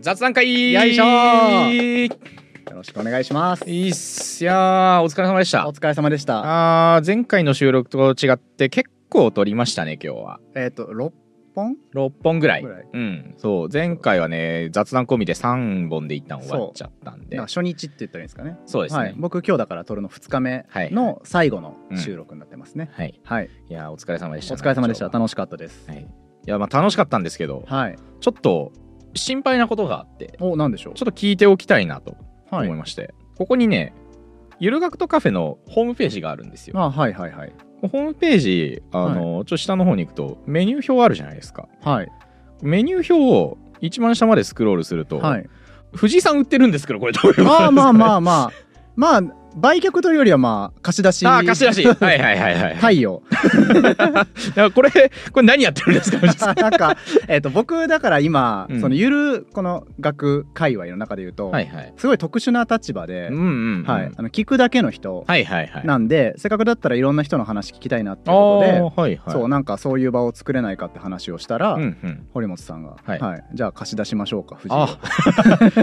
雑談会よいしょいよろしくお願いします。いっすいやーお疲れ様でしおた疲れ様でした。あー前回の収録と違って結構撮りましたね今日はえっ、と、六本6本ぐらいぐらいうんそう前回はね雑談込みで3本で一旦終わっちゃったんでなんか初日って言ったらいいんですかね。そうですね、はい、僕今日だから撮るの2日目はいの最後の収録になってますね。はい、はい、いやーお疲れ様でしたお疲れ様でした。今日は楽しかったです。はい、いやまあ楽しかったんですけどはい。ちょっと心配なことがあってお、なんでしょちょっと聞いておきたいなとう。は思いい。まして、ここにねゆる学徒カフェのホームページがあるんですよあ、はいはいはい。ホームページ、あの、ちょっと下の方に行くと、メニュー表あるじゃないですか。はい。メニュー表を一番下までスクロールすると、はい。藤井さん売ってるんですけど、これどういうことですまかあまあま あまあ。まあ、売却というよりはまあ、貸し出し。あー、貸し出 し。はいはいはいはい。太陽 だからこれ、これ何やってるんですか、藤井さなんか、えっと僕だから今、うんそのゆるこの学界隈の中で言うと、ん。はいはい。すごい特殊な立場で、うんうん、うん。はい、あの聞くだけの人はいはいはい。なんで、せっかくだったらいろんな人の話聞きたいなってあいうことで、ーはいはい。そうなんかそういう場を作れないかって話をしたら、うんうん。堀本さんが、ははいいじゃあ貸し出しましょうか藤井をあ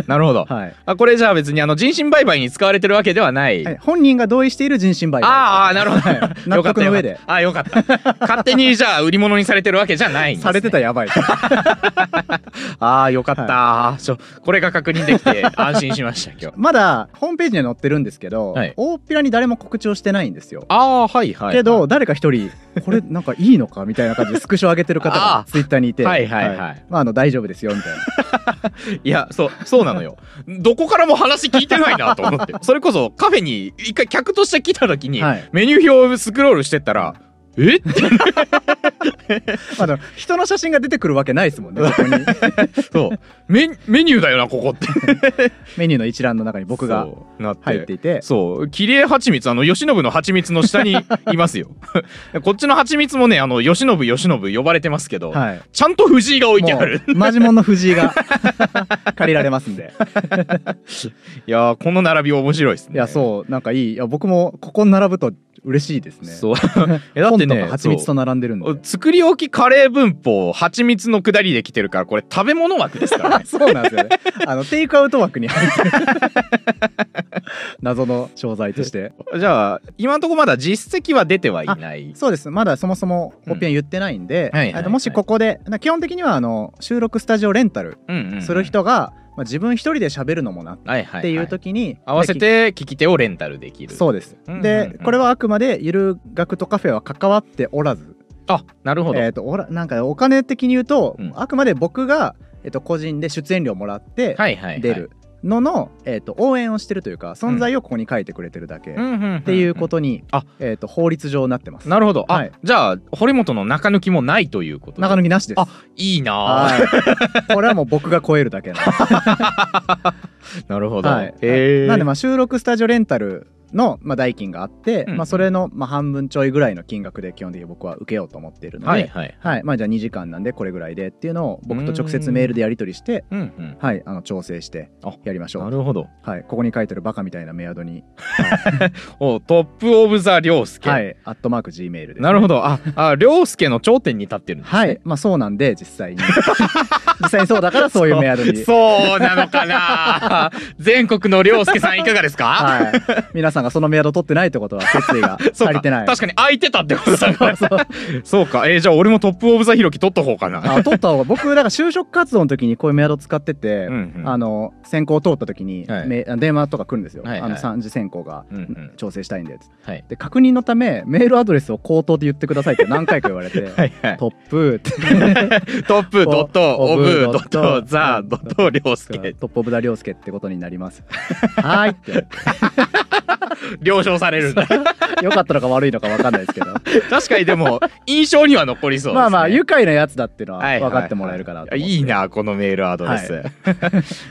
なるほど。はいあ、これじゃあ別にあの人身売買に使われてるわけではない。はい、本人が同意している人身売買あーあー、なるほど。 はい納得の上であよかった。勝手にじゃあ売り物にされてるわけじゃないんです、ね。されてたらやばい ああ、よかった、ちょこれが確認でき て安心しました、今日。まだホームページには載ってるんですけど、はい大っぴらに誰も告知をしてないんですよああ、はいはい、けど、、誰か一人これなんかいいのかみたいな感じでスクショ上げてる方あがツイッターにいてはいはいはいまあ、あの大丈夫ですよみたいないや、そう、そうなのよ。どこからも話聞いてないなと 思って。それこそカフェに一回客として来た時に、はいメニュー表をスクロールしてったら、え ってあの人の写真が出てくるわけないで すもんねここにそうメメニューだよなここ ってメニューの一覧の中に僕がそうなって入っていてそう切れ蜂蜜あの慶喜の蜂蜜の下にいますよ こっちの蜂蜜もねあの慶喜慶喜呼ばれてますけど、はいちゃんと藤井が置いてあるもうマジモンの藤井が 借りられますんでいやーこの並び面白いですねいやそうなんかいいいや僕もここに並ぶと嬉しいですねそうえだって本とねか蜂蜜とそう並んでるんで作り置きカレー文法蜂蜜のくだりで来てるからこれ食べ物枠ですからあねそうなんですよねあのテイクアウト枠に入ってる 謎の商材としてじ ゃあ今のところまだ実績は出てはいないそうですまだそもそもうんオピアン言ってないんで、はいはいはいあともしここでな基本的にはあの収録スタジオレンタルうんうんうんする人が、まあ、自分一人で喋るのもなっはいはい、はい、ていう時に、合わせて聞き手をレンタルできるそうです、うんうんうんでこれはあくまでゆる学徒カフェは関わっておらずあなるほど、えー、とおらなんかお金的に言うと、うんあくまで僕が、えー、と個人で出演料もらってはいはいはい出るのの、えー、と応援をしてるというか存在をここに書いてくれてるだけ、っんんんんていうことに、あえー、と法律上なってますなるほどあ、はいじゃあ堀本の中抜きもないということで中抜きなしですあいいなあはい、これはもう僕が超えるだけなんでなるほど、はいへえなんでまあ収録スタジオレンタルの、まあ、代金があって、うんまあ、それの、まあ、半分ちょいぐらいの金額で基本的に僕は受けようと思っているので、はいはいはいまあ、じゃあ2時間なんでこれぐらいでっていうのを僕と直接メールでやり取りして、うんうんはい、あの調整してあやりましょうなるほどはい、ここに書いてるバカみたいなメアドに、おトップオブザ涼介、はい、アットマーク Gmail です、なるほどああ涼介の頂点に立ってるんですねはい、まあそうなんで、実際に。 実際にそうだから、そういうメアドに。そうなのかな全国の涼介さんいかがですか、はい。皆さんがそのメアド取ってないってことは、決意が そう足かりてない。確かに空いてたってことだからそうそうそうかえーじゃあ俺もトップオブザヒロキ取っとこうかなあ取った方が僕だから就職活動の時にこういうメアド使ってて、うんうんあの選考通った時に、はいめ電話とか来るんですよ、はいはいあの三次選考が、うんうん調整したいんでつってはいで確認のためメールアドレスを口頭で言ってくださいって何回か言われて、 はいはいトップってトップドットオオブブドットザドット涼ト介ップオブダ涼介ってことにな ります。はーいって。了承されるんだよかったのか悪いのかわかんないです けど。確かにでも印象には残りそうです、ね、まあまあ、愉快なやつだっていうのははい分かってもらえるかなと思っていい。なこのメールアドレス、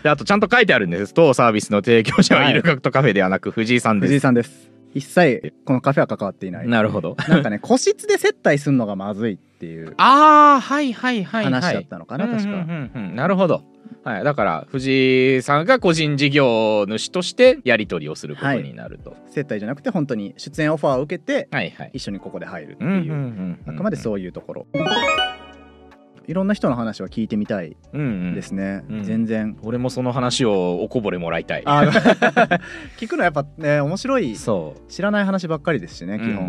であとちゃんと書いてあるんです当サービスの提供者ははいイルカクトカフェではなく藤井さん藤で井す、さんです。一切このカフェは関わっていない。な るほどなんかね、個室で接待するのがまずいっていうああはいはいはい、はい、話だったのかな、確うんか。うんうんうんなるほど、はい、だから藤井さんが個人事業主としてやり取りをすることになると、接待じゃなくて、本当に出演オファーを受けて、はいはい一緒にここで入るってうんうんいうう、んうんあくまでそういうところ。いろんな人の話は聞いてみたいうんうんですね、うん全然俺もその話をおこぼれもらいたい あ聞くのはやっぱね面白いそう知らない話ばっかりですしねう基本、んうんう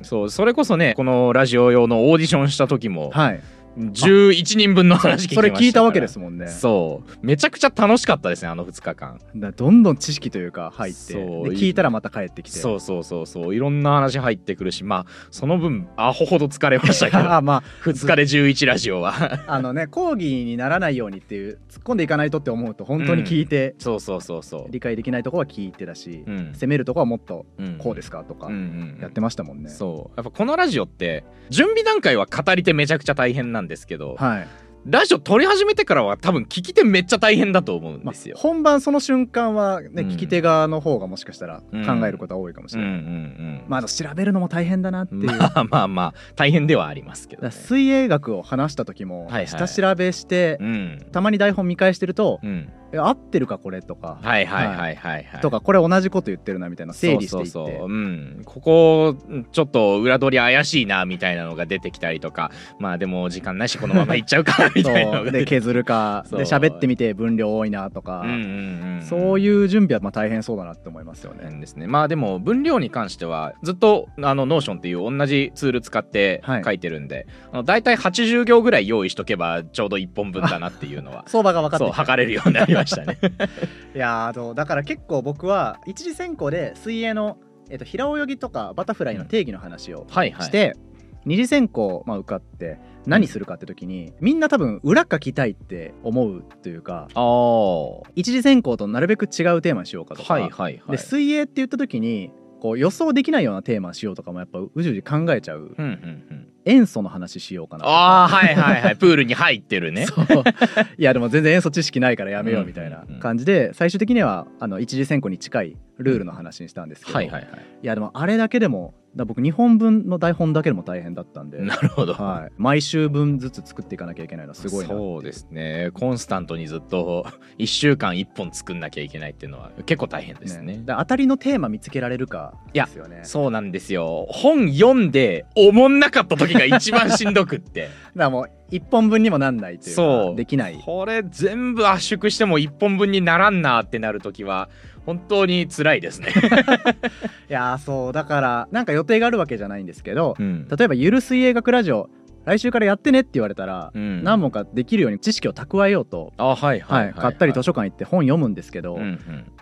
ん、そうそれこそねこのラジオ用のオーディションした時もはい11人分の話聞いてそれま聞いしたからわけですもんねそうめちゃくちゃ楽しかったですねあの2日間だからどんどん知識というか入ってそでう聞いたらまた帰ってきてそうそうそうそういろんな話入ってくるしまあその分アホほど疲れましたけど あ ま2日で11ラジオは ああのね講義にならないようにっていう突っ込んでいかないとって思うと本当に聞いて、そうそうそうそう理解できないとこは聞いてだし、うん攻めるとこはもっとうんこうですかとかうんうんうんやってましたもんね、そうやっぱこのラジオって準備段階は語り手めちゃくちゃ大変なんですけど、はい、ラジオ撮り始めてからは多分聞き手めっちゃ大変だと思うんまであすよ、本番その瞬間はね、うん聞き手側の方がもしかしたらうん考えることは多いかもうしんれうんない、うんまあ、あと調べるのも大変だなっていう、だまあかまあまあ大変ではありますけど、らね、水泳学を話した時はもいはい下調べして、うん、たまに台本見返してると、うん、え合ってるかこれとか、はいはいはいはいはいとかこれ同じこと言ってるなみたいな整理していってそうそうそう、うん、ここちょっと裏取り怪しいなみたいなのが出てきたりとかまあでも時間ないしこのままいっちゃうかみたいなそのうがで出て削るかそうで喋ってみて分量多いなとか、う んうんうん、そうういう準備はまあ大変そうだなって思いますよね。んですねまあでも分量に関してはずっとあのノーションっていう同じツール使ってはい書いてるんで、あの大体80行ぐらい用意しとけばちょうど1本分だなっていうの は相場が分かってそうきた測れるようになりました ね。いやーあのだから結構僕は一次選考で水泳の、えっと平泳ぎとかバタフライの定義の話をはいはい、して、二次選考、まあ、受かって何するかって時に、みんな多分裏書きたいって思うというかああは一次選考となるべく違うテーマにしようかとか、いはいはい。で水泳って言った時にこう予想できないようなテーマにしようとかもやっぱうじうじ考えちゃううんうんうん、塩素の話しようかなとかああはいはいはいプールに入ってるね。 そういやでも全然塩素知識ないからやめようみたいな感じで最終的にはあの一次選考に近いルールの話にしたんですけど、はいはいはいやでもあれだけでもだから僕2本分の台本だけでも大変だったんい。、でなるほど。はい、毎週分ずつ作っていかなきゃいけないのはすごいなってそうですねコンスタントにずっと 1週間1本作んなきゃいけないっていうのは結構大変ですねだから当たりのテーマ見つけられるかですよねそうなんですよ本読んで思んなかった時が一番しんどくってだからもう1本分にもなんないというそかうできないこれ全部圧縮しても1本分にならんなってなる時は本当に辛いですね、いやーそうだからなんか予定があるわけじゃないんですけど うん例えば「ゆる水泳学ラジオ」来週からやってねって言われたら、うん何問かできるように知識を蓄えようと、あはいははいいはい、はい買ったり図書館行って本読むんですけど、うんうん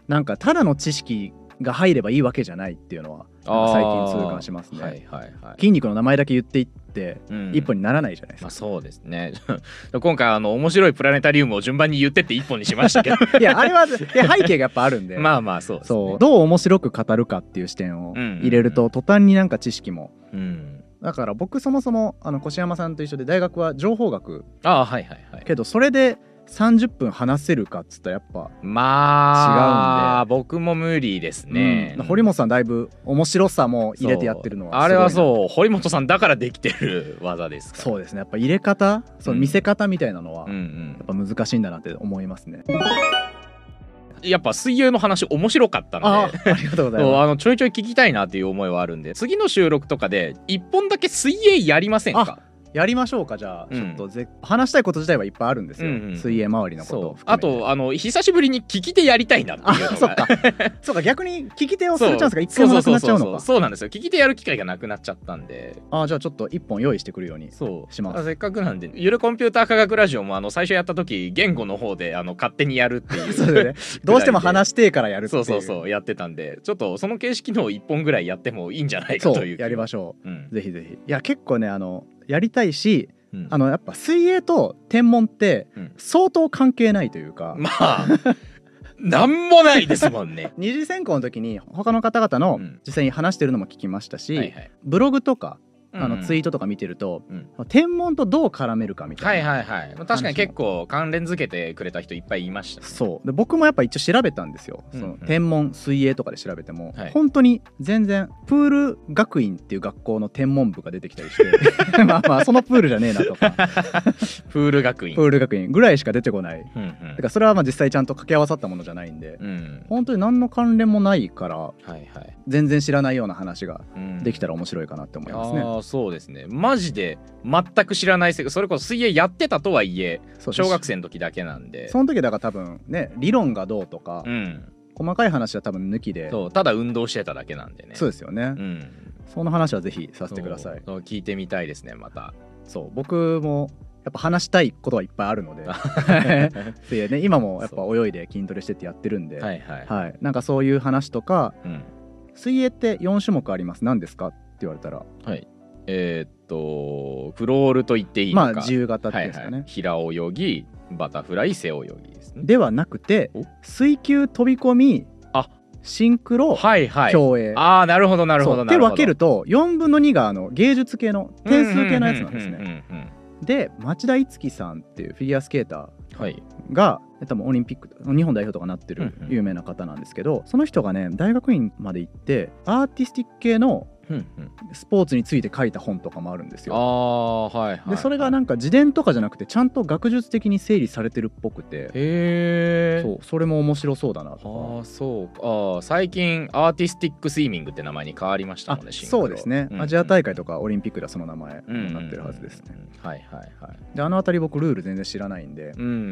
なんかただの知識が入ればいいわけじゃないっていうのはなんか最近痛感しますね、あーはいはいはい、筋肉の名前だけ言っていってうん一本にならないじゃないですまかあ、そうですね 今回あの面白いプラネタリウムを順番に言ってって1本にしま したけどいやあれはいや背景がやっぱあるんで、 まあまあそうですねそうどう面白く語るかっていう視点を入れるうんと途端になんか知識もうん、だから僕そもそもあの越山さんと一緒で大学は情報学ああはいはいはいけどそれで30分話せるかっつったらやっぱ、まあ僕も無理ですね、うん堀本さんだいぶ面白さも入れてやってるのはあれはうそう堀本さんだからできてる技ですからそうですねやっぱ入れ方その見せ方みたいなのは、うんうやんっ、ぱ難しいんだなって思いますね。やっぱ水泳の話面白かったのあであありがとうございそうまあのちょいちょい聞きたいなっていう思いはあるんで次の収録とかで一本だけ水泳やりませんかす。やりましょうかじゃあ、うんちょっとぜ話したいこと自体はいっぱいあるんですよ、うんうん水泳周りのことそをう含あめてとあの久しぶりに聞き手やりたいなってあいうのそっがかそうか逆に聞き手をすそうるチャンスが一回もなくなっちゃうのそそそかそそうなんですよ聞き手やる機会がなくなっちゃったんであじゃあちょっと一本用意してくるようにそうしまだすからせっかくなんでゆるコンピューター科学ラジオもあの最初やった時言語の方であの勝手にやるっていう そうだよねどうしても話してからやるって いそううそうそうやってたんでちょっとその形式の1本ぐらいやってもいいんじゃないかそうというやりまししょょうんう、ぜひぜひいや結構ねあのやりたいしうんあのやっぱ水泳と天文ってうん相当関係ないというか、まあなんもないですもん ね二次選考の時に他の方々のうん実際に話してるのも聞きましたし、はいはいブログとかあうんのツイートとか見てると、うん天文とどう絡めるかみたはいいな、はいはいまあ確かに結構関連づけてくれた人いっぱいいましたそうで僕もやっぱ一応調べたんですよ、うんそのうん天文水泳とかで調べても、はい本当に全然プール学院っていう学校の天文部が出てきたりして まあまあそのプールじゃねえなとかプール学院プール学院ぐらいしか出てこないうんだからそれはまあ実際ちゃんと掛け合わさったものじゃないんで、うんうん本当に何の関連もないからはいはい全然知らないような話がうんできたら面白いかなって思いますね、あーあそうですねマジで全く知らない世界それこそ水泳やってたとはいえそう小学生の時だけなんでその時だから多分ね理論がどうとか、うん細かい話は多分抜きでそう,、そうただ運動してただけなんでねですよね、うんその話はぜひさせてくださいそう聞いてみたいですねま たそう僕もやっぱ話したいことはいっぱいあるので で、ね、今もやっぱ泳いで筋トレしてってやってるんで、はいはい、はい、なんかそういう話とかうん「水泳って4種目あります何ですか?」って言われたらはい、えーっとクロールと言っていいのまかあ自由形っていうんですかね、はいはい、平泳ぎバタフライ背泳ぎですねではなくてお水球飛び込みあシンクロはいはい競泳、ああなるほどなるほそどうなるほどで分けると4分の2があの芸術系の点数系のやつなんですううね。ううんうんで町田樹さんっていうフィギュアスケータうんはいーが多分オリンピック日本代表とかなってるうんうん有名な方なんですけど、その人がね大学院まで行ってアーティスティック系のうんうんスポーツについて書いた本とかもあるんですあよ。あはいはいでそれがなんか自伝とかじゃなくてちゃんと学術的に整理されてるっぽくてへえそうそれも面白そうだなとかああそうかあー最近アーティスティックスイミングって名前に変わりましたもんねシンクロそうですね、うんうんアジア大会とかオリンピックではその名前になってるはずですね、うんうんうんはいはいはいであの辺り僕ルール全然知らないんで、うん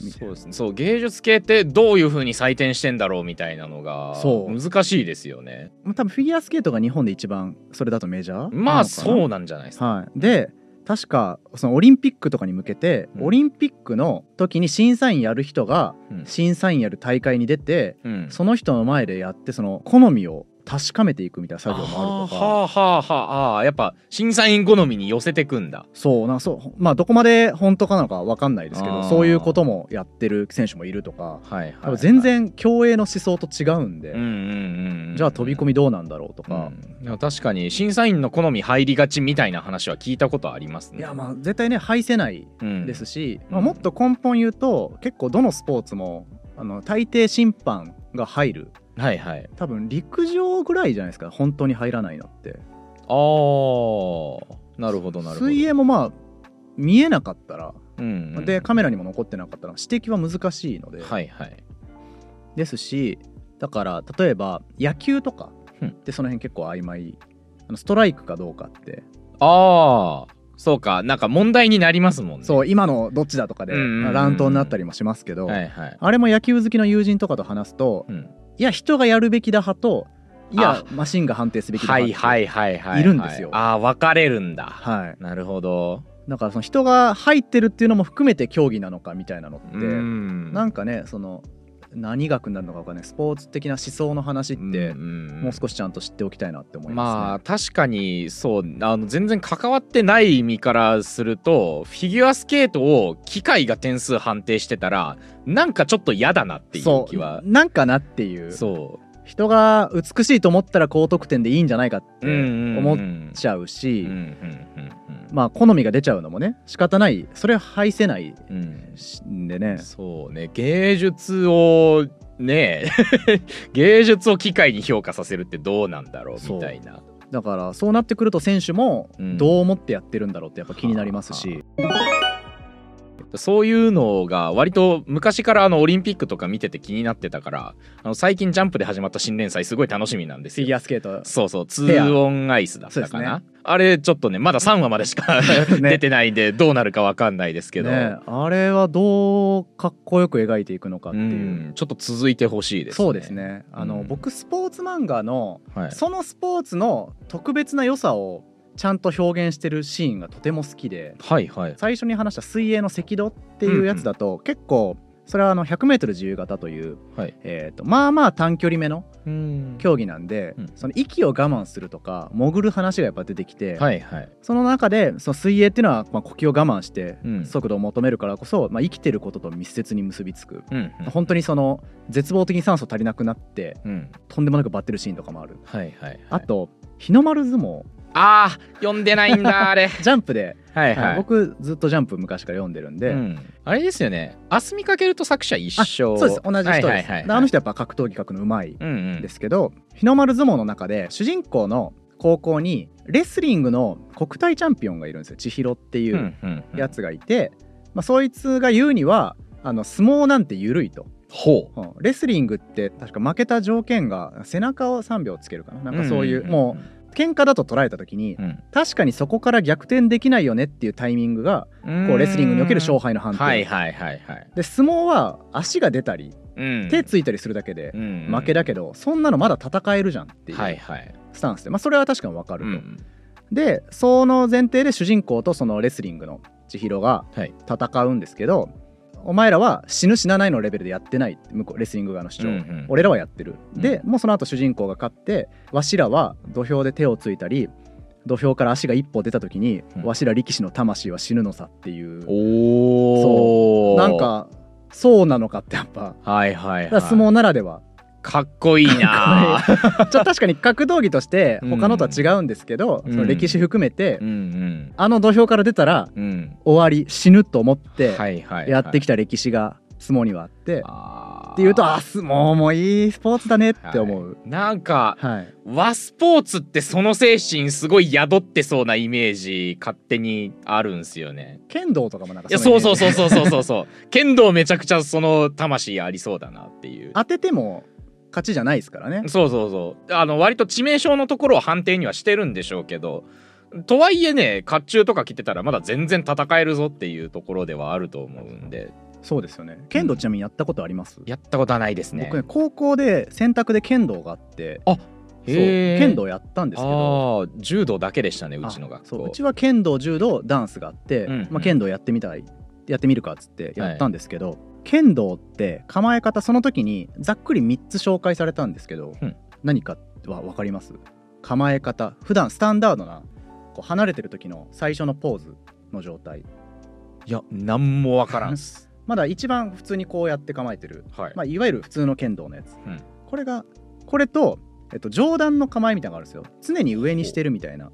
みたそいなうですねそう芸術系ってどういうふうに採点してんだろうみたいなのがそう難しいですよねまあ多分フィギュアスケートが日本で一番それだとメジャーまあそううなんじゃないですかはいで確かそのオリンピックとかに向けて、うんオリンピックの時に審査員やる人がうん審査員やる大会に出て、うんその人の前でやってその好みを確かめていくみたいな作業もあるとはあかはあはあああやっぱ審査員好みに寄せてくんだそうなんかそうまあどこまで本当かなのか分かんないですけあどーそういうこともやってる選手もいるとかはいはい、多分全然競泳の思想と違うんで、うんうんうんうんじゃあ飛び込みどうなんだろうとうか、んでも確かに審査員の好み入りがちみたいな話は聞いたことありますねいやまあ絶対ね敗せないうんですし、うんまあ、もっと根本言うと結構どのスポーツもあの大抵審判が入るはいはい多分陸上ぐらいじゃないですか本当に入らないのってああなるほどなるほど水泳もまあ見えなかったら、うんうん、でカメラにも残ってなかったら指摘は難しいので、はいはいですしだから例えば野球とかうんってその辺結構曖昧あのストライクかどうかってああそうかなんか問題になりますもんねそう今のどっちだとかでうんうんうんうん乱闘になったりもしますけど、はいはい、あれも野球好きの友人とかと話すとうん、いや人がやるべきだ派といあやマシンが判定すべきだはいは派いいはいはいいるんですよああ分かれるんだ、はいなるほどだからその人が入ってるっていうのも含めて競技なのかみたいなのっうて、んなんかねその何学になるのかわかんないスポーツ的な思想の話って、うんうんんもう少しちゃんと知っておきたいなって思いままあすね。確かにそうあの全然関わってない意味からするとフィギュアスケートを機械が点数判定してたらなんかちょっと嫌だなっていうそ気はうなんかなっていうそ人が美しいと思ったら高得点でいいんじゃないかってううん思っっちゃうし、うんうんうんまあ好みが出ちゃうのもね仕方ないそれは敗せないうんうんしんでねそうね芸術をね 芸術を機械に評価させるってどうなんだろうみたいなだからそうなってくると選手もうんどう思ってやってるんだろうってやっぱ気になりますし、そういうのが割と昔からあのオリンピックとか見てて気になってたからあの最近ジャンプで始まった新連載すごい楽しみなんですフィよギュアスケートそうそう、ツペアーオンアイスだったそかうですな。あれちょっとね、まだ3話までし か出てないんで、どうなるかわかんないですけど、ねあれはどうかっこよく描いていくのかっうていう、ん、ちょっと続いてほしいですね。そうです。ねあの、うん僕スポーツ漫画のはい。そのスポーツの特別な良さをちゃんと表現してるシーンがとても好きではいはい。最初に話した水泳の赤道っていうやつだと結構それはあの 100m 自由形という、はいえーとまあまあ短距離目のうん競技なんで、うんその息を我慢するとか潜る話がやっぱ出てきて、はいはい。その中でその水泳っていうのは、まあ、呼吸を我慢してうん速度を求めるからこそ、まあ、生きてることと密接に結びつく、うんうん。本当にその絶望的に酸素足りなくなってうん。とんでもなくバッてるシーンとかもある、はいはいはい。あと日の丸相撲あー、読んでないん だ、あれ。ジャンプで、はいはい。僕ずっとジャンプ昔から読んでるんで、うんあれですよね。明日見かけると作者一緒。そうです同じ人です、はいはいはい、であの人やっぱ格闘技描くのうまいうんうん。ですけど、日の丸相撲の中で主人公の高校にレスリングの国体チャンピオンがいるんですよ千尋っていうんううんうん。やつがいて、まあ、そいつが言うにはあの相撲なんて緩いと、ほう。うんレスリングって確か負けた条件が背中を3秒つけるかななんかそういう,、んんんも喧嘩だと捉えた時にうん確かにそこから逆転できないよねっていうタイミングがこうレスリングにおける勝敗の判定、はいはいはいはい、で相撲は足が出たりうん手ついたりするだけでうん負けだけどそんなのまだ戦えるじゃんっていはいうはい、スタンスで、まあ、それは確かに分かるうと。ん、でその前提で主人公とそのレスリングの千尋がはい戦うんですけど、お前らは死ぬ死なないのレベルでやってない向こうレスリング側の主張、うんうん俺らはやってる、うんでもうその後主人公が勝ってわしらは土俵で手をついたり土俵から足が一歩出た時に、うんわしら力士の魂は死ぬのさっていうおおなんかそうなのかってやっぱはいはい、はい、だから相撲ならではかっこいいなぁちょっと確かに格闘技としてうん他のとは違うんですけど、うんその歴史含めて、うんあの土俵から出たらうんうん終わり死ぬと思ってはいはいはい、やってきたた歴史が相撲にはあって、っっていうとあ相撲もいいスポーツだねって思う。なんかはい、和スポーツってその精神すごい宿ってそうなイメージ勝手にあるんすよね剣道とかもなんかいやそうそううそうそうそうそうそう 剣道めちゃくちゃその魂ありそうだなっていう当てても勝ちじゃないですからね。そうそうそうあの割と致命傷のところを判定にはしてるんでしょうけどとはいえね甲冑とか着てたらまだ全然戦えるぞっていうところではあると思うんでそうですよね。剣道ちなみにやったことあります？やったことはないですね僕ね高校で選択で剣道があって、そうへー剣道やったんですけど。ああ柔道だけでしたねうちのあ学そうう校ちは剣道柔道ダンスがあって、うんうんまあ、剣道やってみたいやってみるかっつってやったんですけど、剣道って構え方その時にざっくり3つ紹介されたんですけど、うん何かは分かります構え方普段スタンダードなこう離れてる時の最初のポーズの状態いや何もわからんっすまだ一番普通にこうやって構えてる、はい、まあ、いわゆる普通の剣道のやつ、うんこれがこれと、えっと、上段の構えみたいなのがあるんですよ常に上にしてるみたいな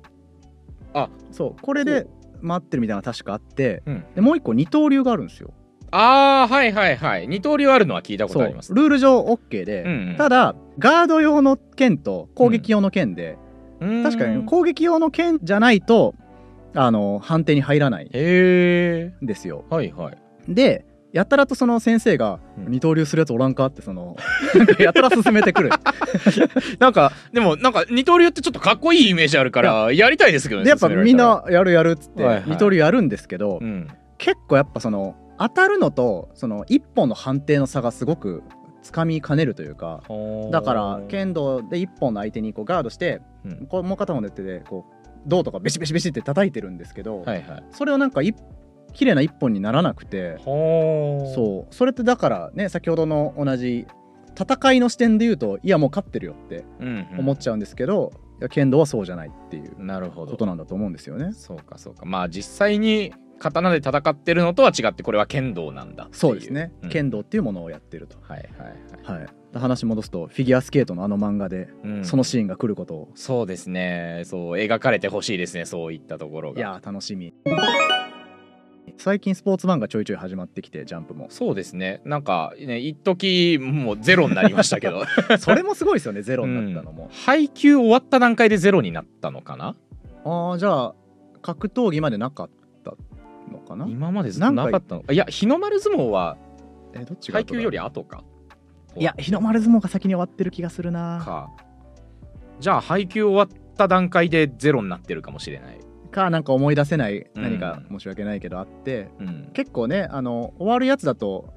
あそうこれで待ってるみたいなのが確かあってうんでもう一個二刀流があるんですよああはいはいはい二刀流あるのは聞いたことありますルール上 OK で、うんうんただガード用の剣と攻撃用の剣で、確かにう攻撃用の剣じゃないとあの判定に入らないんーんへえですよはいはいでやたらとその先生が「うん二刀流するやつおらんか?」ってその やたら勧めてくるなんかでもなんか二刀流ってちょっとかっこいいイメージあるからやりたいですけどねでやっぱ勧めらみれんたらなやるやるっつってはいはい二刀流やるんですけど、うん結構やっぱその当たるのとその一本の判定の差がすごくつかみかねるというかだから剣道で一本の相手にこうガードしてうんこうもう片方の手でこう銅とかベシベシベシって叩いてるんですけど、はいはいそれをなんかい綺麗な一本にならなくてほーそうそれってだからね先ほどの同じ戦いの視点で言うといやもう勝ってるよってうんうん思っちゃうんですけど、いや剣道はそうじゃないっていうなるほこどとなんだと思うんですよね。そうかそうかまあ実際に刀で戦ってるのとは違ってこれは剣道なんだっていそうですね、うん剣道っていうものをやってると、はいはいはい、はい、話戻すとフィギュアスケートのあの漫画でうんそのシーンが来ることを、そうですねそう描かれてほしいですねそういったところがいやー楽しみ最近スポーツ漫画ちょいちょい始まってきてジャンプもそうですねなんかね一時もうゼロになりましたけ どそれもすごいですよ ねゼロになったのうんも、配給終わった段階でゼロになったのかなああじゃあ格闘技までなかったのかな今までずっなとんかなかったのかいや日の丸相撲はえどっちが配後だ給より後かいや日の丸相撲が先に終わってる気がするなかじゃあ配給終わった段階でゼロになってるかもしれない、かなんか思い出せないうん何か申し訳ないけどあって、うん、結構ねあの終わるやつだと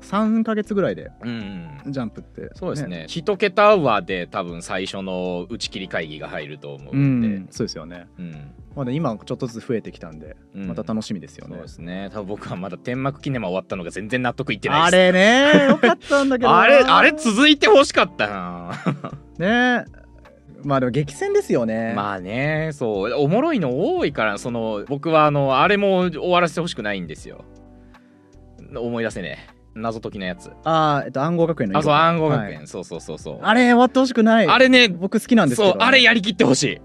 3ヶ月ぐらいでうんうんジャンプってそうですね一桁アワーで多分最初の打ち切り会議が入ると思ううんで、んそうですよねうんまだ今ちょっとずつ増えてきたんでうんまた楽しみですよそうねで、すね多分僕はまだ天幕キネマ終わったのが全然納得いってないあですれねよかったんだけどなあれあれ続いてほしかったなねまあでも激戦ですよねまあねそうおもろいの多いからその僕はあのあれも終わらせてほしくないんですよ思い出せねえ謎解きのやつあーえっと暗号学園のあそう暗号学園、はいそうそうそうそうあれ終わってほしくないあれね僕好きなんですけどそうあれやりきってほしい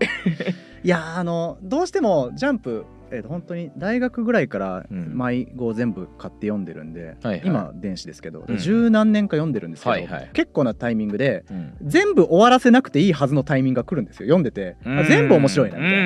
いやーあのどうしてもジャンプえーと本当に大学ぐらいからうん毎号全部買って読んでるんで、はいはい今電子ですけど、うん十何年か読んでるんですけど、はいはい結構なタイミングで全部終わらせなくていいはずのタイミングが来るんですよ読んでて、あ全部面白いなみたいな、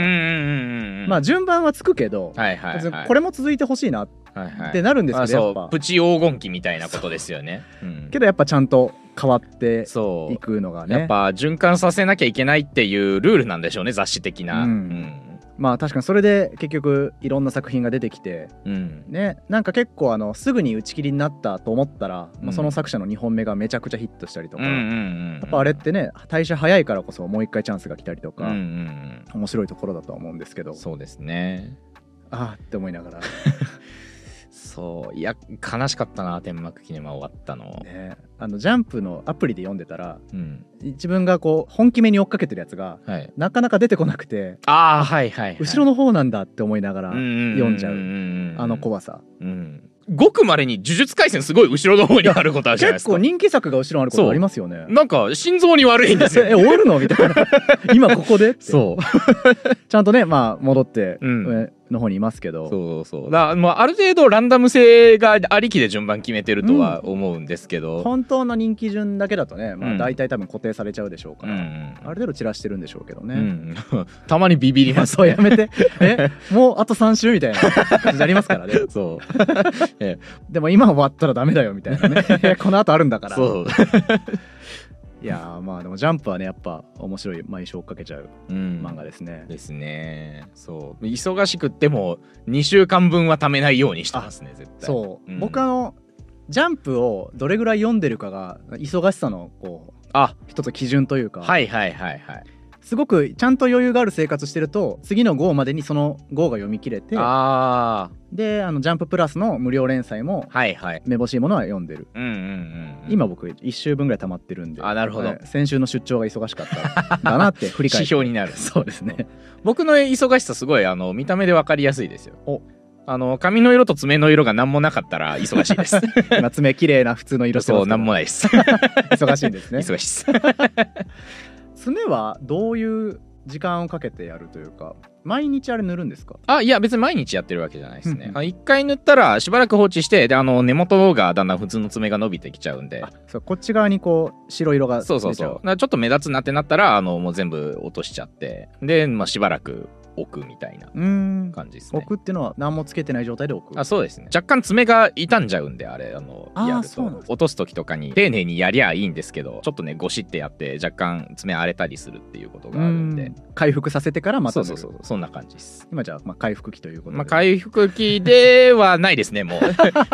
なまあ順番はつくけど、はいはいはい、これも続いてほしいなっはいはいてなるんですあけど、そやうっぱプチ黄金期みたいなことですよね。うんけどやっぱちゃんと変わってそういくのがねやっぱ循環させなきゃいけないっていうルールなんでしょうね雑誌的な。ううんんまあ確かにそれで結局いろんな作品が出てきてうんねなんか結構あのすぐに打ち切りになったと思ったら、うまあ、んその作者の2本目がめちゃくちゃヒットしたりとうんか、うんやうんっぱあれってね代謝早いからこそもう一回チャンスが来たりとうんか、うんうん面白いところだとは思うんですけどそうですね。ああって思いながら、そういや悲しかったな天幕記念は終わったの。ね、あのジャンプのアプリで読んでたらうん自分がこう本気めに追っかけてるやつがはい、なかなか出てこなくてああはいはい、はい。後ろの方なんだって思いながら読読んじゃうあの、怖さうん、ごくまれに「呪術廻戦」すごい後ろの方にあることあるじゃないで結すか構人気作が後ろにあることありますよねなんか心臓に悪いん ですえよ終わるのみたいな今ここでってそうちゃんとねまあ戻ってうん上の方にいますけど、そうそうだまあある程度ランダム性がありきで順番決めてるとは思うんですけど、本当の人気順だけだとね、まうあ、ん大体多分固定されちゃうでしょううかんら、うんある程度散らしてるんでしょうけどね、うん たまにビビりいやますそうやめてえもうあと3週みたいな感じになりますからね そうでも今終わったらダメだよみたい なねいやこの後あるんだからそういやーまあでもジャンプはねやっぱ面白い毎週追っかけちゃううん漫画ですね、ですねそう忙しくっても2週間分は貯めないようにしてますね絶対そう、うん僕あのジャンプをどれぐらい読んでるかが忙しさのこうあ一つ基準というか、はいはいはいはいすごくちゃんと余裕がある生活してると次の号までにその号が読み切れてあであのジャンププラスの無料連載もあはいはいめぼしいものは読んでる、うんうんうんうん今僕1週分ぐらい溜まってるんであなるほどはい先週の出張が忙しかったんだなって振り 返指って標になるそうですね僕の忙しさすごいあの見た目で分かりやすいですよおあの髪の色と爪の色が何もなかったら忙しいです 今爪綺麗な普通の色してまそすうけど何もないです忙しいんです ね忙しいです爪はどういう時間をかけてやるというか毎日あれ塗るんですかあいや別に毎日やってるわけじゃないですうんうねんあ一回塗ったらしばらく放置してであの根元がだんだん普通の爪が伸びてきちゃうんであそうこっち側にこう白色が出ちゃそうそうそうだからちょっと目立つなってなったらあのもう全部落としちゃってで、まあ、しばらく置くみたいなうーん感じですね置くっていうのは何もつけてない状態で置くあそうですね若干爪が傷んじゃうんであれあのあーやるそうとなんです落とす時とかに丁寧にやりゃいいんですけどちょっとねゴシってやって若干爪荒れたりするっていうことがあるんうでん回復させてからまたそ塗うるそうそうそんな感じです今じゃあ、まあ、回復期ということで、まあ回復期ではないですねも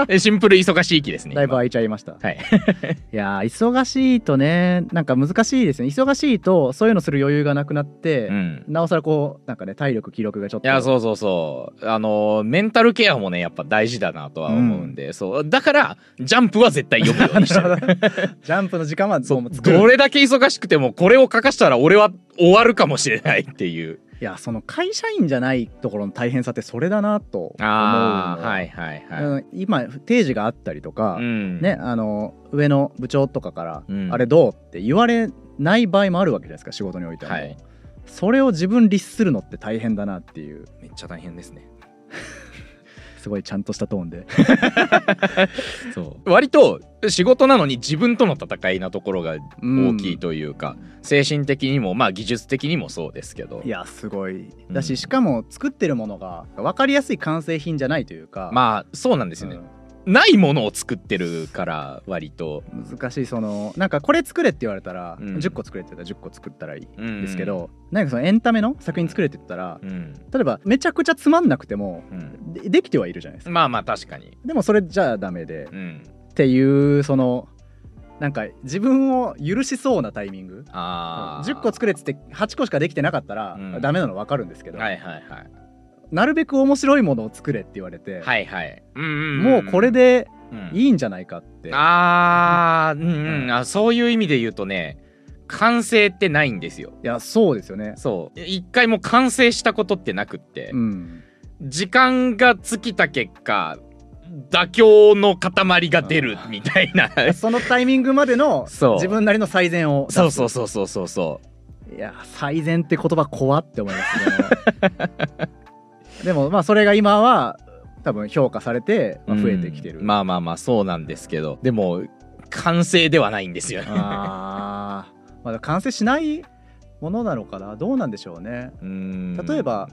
うシンプル忙しい期ですねだいぶ今空いちゃいました、はい いやー忙しいとねなんか難しいですね忙しいとそういうのする余裕がなくなって、うんなおさらこうなんかね体力気力がちょっいとやそうそうそうあのメンタルケアもねやっぱ大事だなとは思うんで、そうだからジャンプは絶対読むようにして る ジャンプの時間はそもうう作るどれだけ忙しくてもこれを書かしたら俺は終わるかもしれないっていういやその会社員じゃないところの大変さってそれだなと思うのああはいはいはい、うん今定時があったりとか、うんねあの上の部長とかから、うんあれどうって言われない場合もあるわけじゃないですか仕事においては、はいそれを自分律するのって大変だなっていうめっちゃ大変ですね すごいちゃんとしたトーンでそう割と仕事なのに自分との戦いなところが大きいというか、精神的にもまあ技術的にもそうですけどいやすごいうんだし、しかも作ってるものが分かりやすい完成品じゃないというかあまあそうなんですよね、ないものを作ってるから割と、難しいそのなんかこれ作れって言われたら、うん10個作れって言ったら10個作ったらいいうんですけ、ど、なんかそのエンタメの作品作れって言ったら、うん例えばめちゃくちゃつまんなくてもうんでできてはいるじゃないですか、まあまあ確かに、でもそれじゃダメで、うっん、ていうそのなんか自分を許しそうなタイミングああ10個作れっつって8個しかできてなかったら、うんダメなの分かるんですけど、はいはいはいなるべく面白いものを作れって言われて、はいはい、うんうんもうこれで、でうんいいんじゃないかって、ああ、うんううんん、あそういう意味で言うとね完成ってないんですよいやそうですよね、そう一回も完成したことってなくって、うん、時間が尽きた結果妥協の塊が出るみたい なそのタイミングまでのそう自分なりの最善を出すそうそうそうそうそうそういや最善って言葉怖って思いますね でもまあそれが今は多分評価されて、まあ、増えてきてる、うんまあまあまあそうなんですけどでも完成ではないんですよねあーまだ完成しないものなのかなどうなんでしょうねうん例えば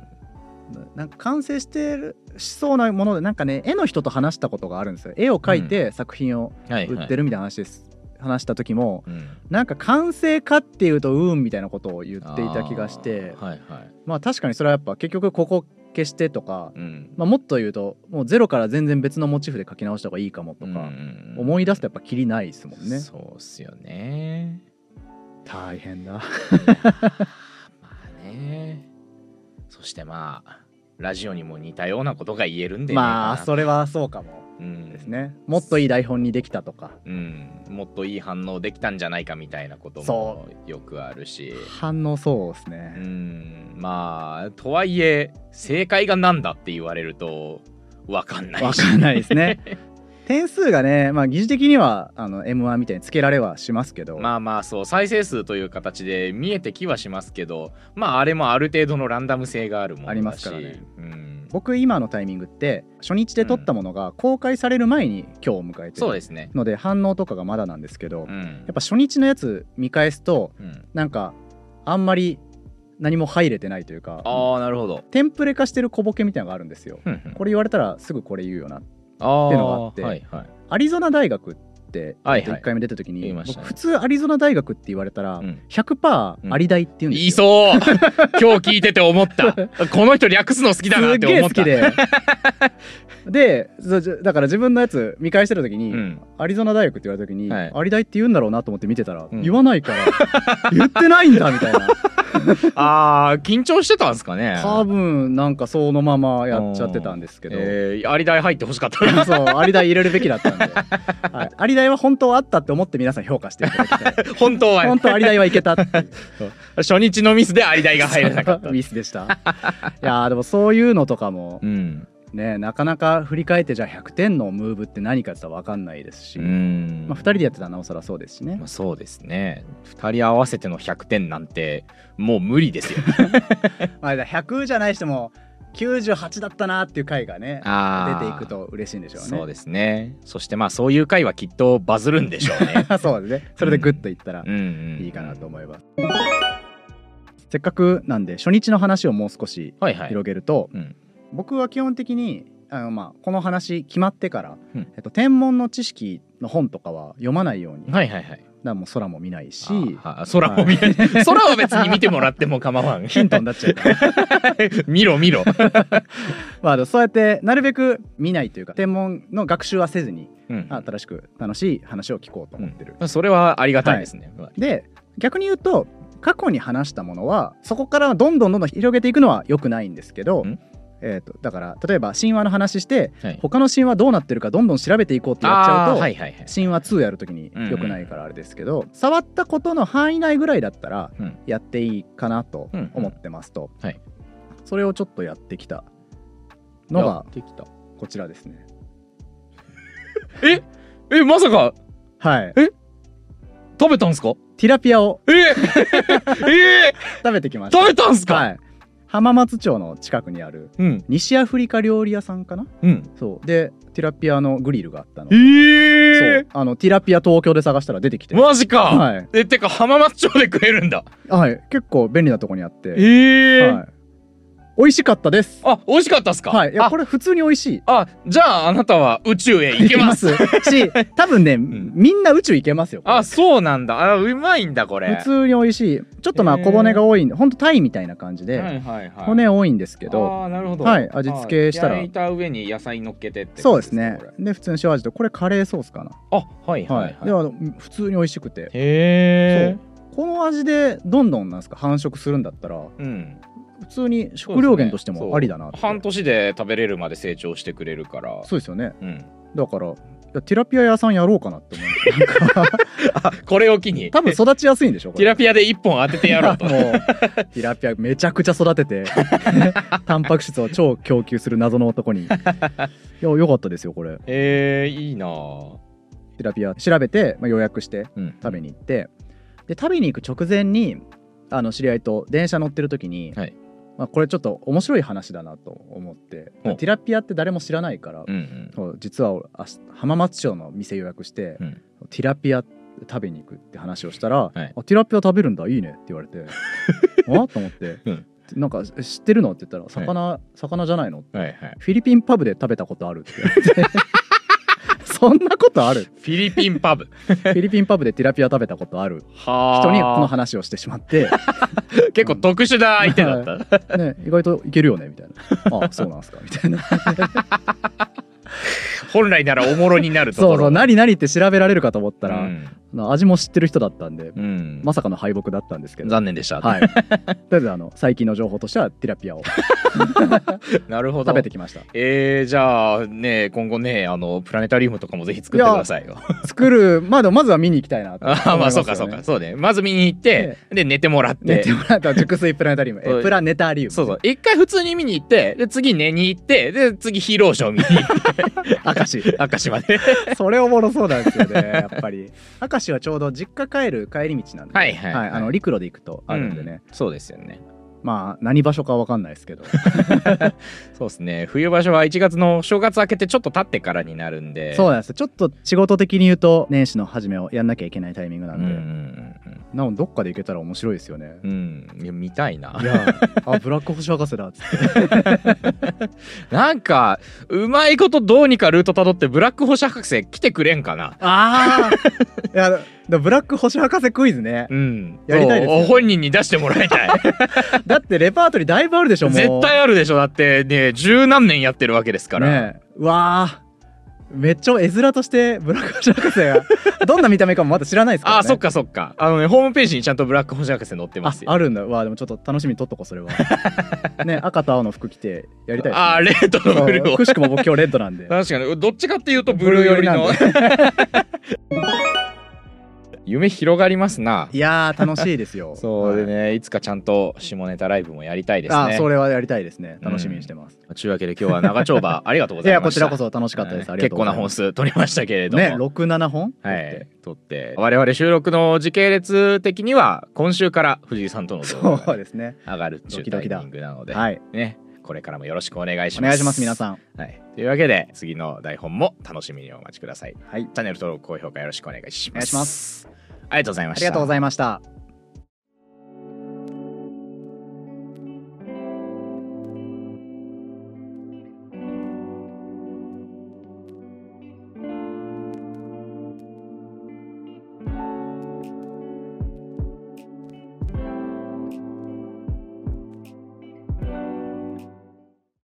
なんか完成してるしそうなものでなんかね絵の人と話したことがあるんですよ絵を描いて作品をはい売はっているみたいな話です、話した時もうんなんか完成かっていうとうんみたいなことを言っていた気がしてあーはいはいまあ確かにそれはやっぱ結局ここ消してとか、うんまあ、もっと言うともうゼロから全然別のモチーフで書き直した方がいいかもとか、思い出すとやっぱキリないですもんねそうっすよね大変だまあねそしてまあラジオにも似たようなことが言えるんでね まあそれはそうかもうんですねもっといい台本にできたとかうん、もっといい反応できたんじゃないかみたいなこともそよくあるし反応そうですうね、んまあとはいえ正解がなんだって言われるとわかんないしわかんないです ね点数がねまあ疑似的にはあの M1 みたいにつけられはしますけど、まあまあそう再生数という形で見えてきはしますけどまああれもある程度のランダム性があるものだしありますからねうん、僕今のタイミングって初日で撮ったものが公開される前に今日を迎えてそうでるすねので反応とかがまだなんですけど、うやんっぱ初日のやつ見返すとうん、なんかあんまり何も入れてないというかああなるほどテンプレ化してる小ボケみたいなのがあるんですよ。ふんふんこれ言われたらすぐこれ言うよな。あってのがあってーはいはいアリゾナ大学ってはいはい1回目出た時に、言いましたね僕普通アリゾナ大学って言われたら、うん100%アリ大って言うんですよ。言いそう 今日聞いてて思ったこの人略すの好きだなってすっげえ思好ったきで。 でそじゃだから自分のやつ見返してる時に、うん、アリゾナ大学って言われた時に、はいアリ大って言うんだろうなと思って見てたら、うん言わないから言ってないんだみたいなあー緊張してたんですかね多分なんかそのままやっちゃってたんですけど、えー、有田入ってほしかった な そうアリ大入れるべき だったんで、はい、アリ大は本当はあったって思って皆さん評価していただきたい本当 は本当アリ大はいけたっていう初日のミスで有田が入らな かったミスでしたいやーでもそういうのとかもうんねなかなか振り返ってじゃあ100点のムーブって何かって言ったら分かんないですし、うんまあ、2人でやってたらなおさらそうですしねまあ、そうですね2人合わせての100点なんてもう無理ですよまあ、だから100じゃないしても98だったなっていう回がね出あていくとと嬉しいんでしょうねそうですねそしてまあそういう回はきっとバズるんでしょう ね そうですねそれでグッといったらうんうんいいかなと思います、せっかくなんで初日の話をもう少しはいはい広げると、うん僕は基本的にあの、まあ、この話決まってから、うんえっと、天文の知識の本とかは読まないように、だかはいはいはいらもう空も見ないしああ空も見ない空は別に見てもらっても構 わんヒントになっちゃうから 見ろ見ろまあでもそうやってなるべく見ないというか天文の学習はせずにうん新しく楽しい話を聞こうと思ってる、うんそれはありがたいですね、で逆に言うと過去に話したものはそこからどんどんどんどん広げていくのは良くないんですけどん、えー、とだから例えば神話の話してはい他の神話どうなってるかどんどん調べていこうってやっちゃうあーと、はいはいはい神話2やるときに良くないからあれですけど、触ったことの範囲内ぐらいだったらうんやっていいかなと思ってますと、うんはいそれをちょっとやってきたのやがってきたこちらですね。ええまさかはい、食べたんすかティラピアをえ え食べてきました。食べたんすか、はい、浜松町の近くにあるうん西アフリカ料理屋さんかなうんそうでティラピアのグリルがあったのえそうえあのティラピア東京で探したら出てきてマジか、はい、えてか浜松町で食えるんだはい、結構便利なとこにあって、えはい、美味しかったですあ美味しかったっすかはいいやあこれ普通に美味しいあじゃああなたは宇宙へ行けます行けま すし多分ね、んみんな宇宙行けますよこれあそうなんだあうまいんだこれ普通に美味しいちょっとまあへー小骨が多いんでほんとタイみたいな感じで、はいはいはい骨多いんですけどあーなるほどはい味付けしたらあ焼いた上に野菜乗っけてってそうですねこれで普通の塩味とこれカレーソースかな、あはいははいいはい、であの普通に美味しくてへえこの味でどんどんなんですか繁殖するんだったらうん、普通に食料源としてもありだなって半年で食べれるまで成長してくれるからそうですよねうん、だからいやティラピア屋さんやろうかなって思うんですよなんかこれを機に多分育ちやすいんでしょこ ティれラピアで一本当ててや ろうともうティラピアめちゃくちゃ育てて タンパク質を超供給する謎の男にいやよかったですよこれテえー、いいなあィラピア調べて、まあ、予約してうん食べに行ってで食べに行く直前にあの知り合いと電車乗ってる時に、はいまあ、これちょっと面白い話だなと思っておティラピアって誰も知らないからうんうんそう実は俺明日浜松町の店予約して、うんティラピア食べに行くって話をしたら、はいあティラピア食べるんだいいねって言わ れてあと思って、うんなんか知ってるのって言ったら魚、魚じゃないのはいはいフィリピンパブで食べたことあるって言われてそ そんなこ とあるフィリピンパブ。フィリピンパブでティラピア食べたことあるは あ。 人にこの話をしてしまって、結構特殊な相手だった。 ね、意外といけるよねみたいなああそうなんすかみたいな本来ならおもろになるとこそろ。うそう何々って調べられるかと思ったら、 うんあの味も知ってる人だったんでうん。まさかの敗北だったんですけど残念でした。はいとりあえずあの最近の情報としてはティラピアを なるほど。食べてきましたえー、じゃあね今後ねあのプラネタリウムとかもぜひ作ってくださいよ。作るまあでもまずは見に行きたいなと思い あますーまあそよねうかそうかそうね。まず見に行って、で寝てもらって。寝てもらったら熟睡プラネ タリウムそうえプラネタリウムそうそう一回普通に見に行ってで次寝に行ってで次ヒーローショー見に行って明 石 明石までそれおもろそうなんですよねやっぱり明石はちょうど実家帰る帰り道なんでははいはいはいあの陸路で行くとあるんでね、うんそうですよねまあ何場所かわかんないですけどそうですね冬場所は1月の正月明けてちょっと経ってからになるんでそううなんですよちょっと仕事的に言うと年始の初めをやんなきゃいけないタイミングなんんうで、んなおどっかで行けたら面白いですよね う、んうんいや見たいない やあブラック星博士だっつってなんかうまいことどうにかルートたどってブラック星博士来てくれんかなああいやでもブラック星博士クイズねうんやりたいですよねそう本人に出してもらいたい だってレパートリーだいぶあるでしょもう絶対あるでしょだってね十何年やってるわけですから、ねえうわあめっちゃ絵面としてブラック星博 士がどんな見た目かもまだ知らないですから、ね、あそっかそっかあのねホームページにちゃんとブラック星博士載ってまあすよあるんだうわあでもちょっと楽しみにとっとこう それはね赤と青の服着てやりたいあーレッド のブルでーすをねくしくも僕今日レッドな んで確かにどっちかっていうとブルー寄りのブルー寄り 夢広がりますないやー楽しいですよそうではいね、い、つかちゃんと下ネタライブもやりたいですあねそれはやりたいですね楽しみにしてます、というわけで今日は長丁 場ありがとうごいざいやまこしちたらこそ楽しかったです、ありが結とう構ござないま本す数取りましたけれども、ね六67本はい、取って我々収録の時系列的には今週から藤井さんとの動画 そうがですね上がるっていドうキタドイキミだングなので、はいね、これからもよろしくお願いします。お願いします皆さんん、はい、というわけで次の台本も楽しみにお待ちください。はいチャンネル登録、高評価よろしくお願いします。。お願いしますありがとうございまあしりた。がとうございました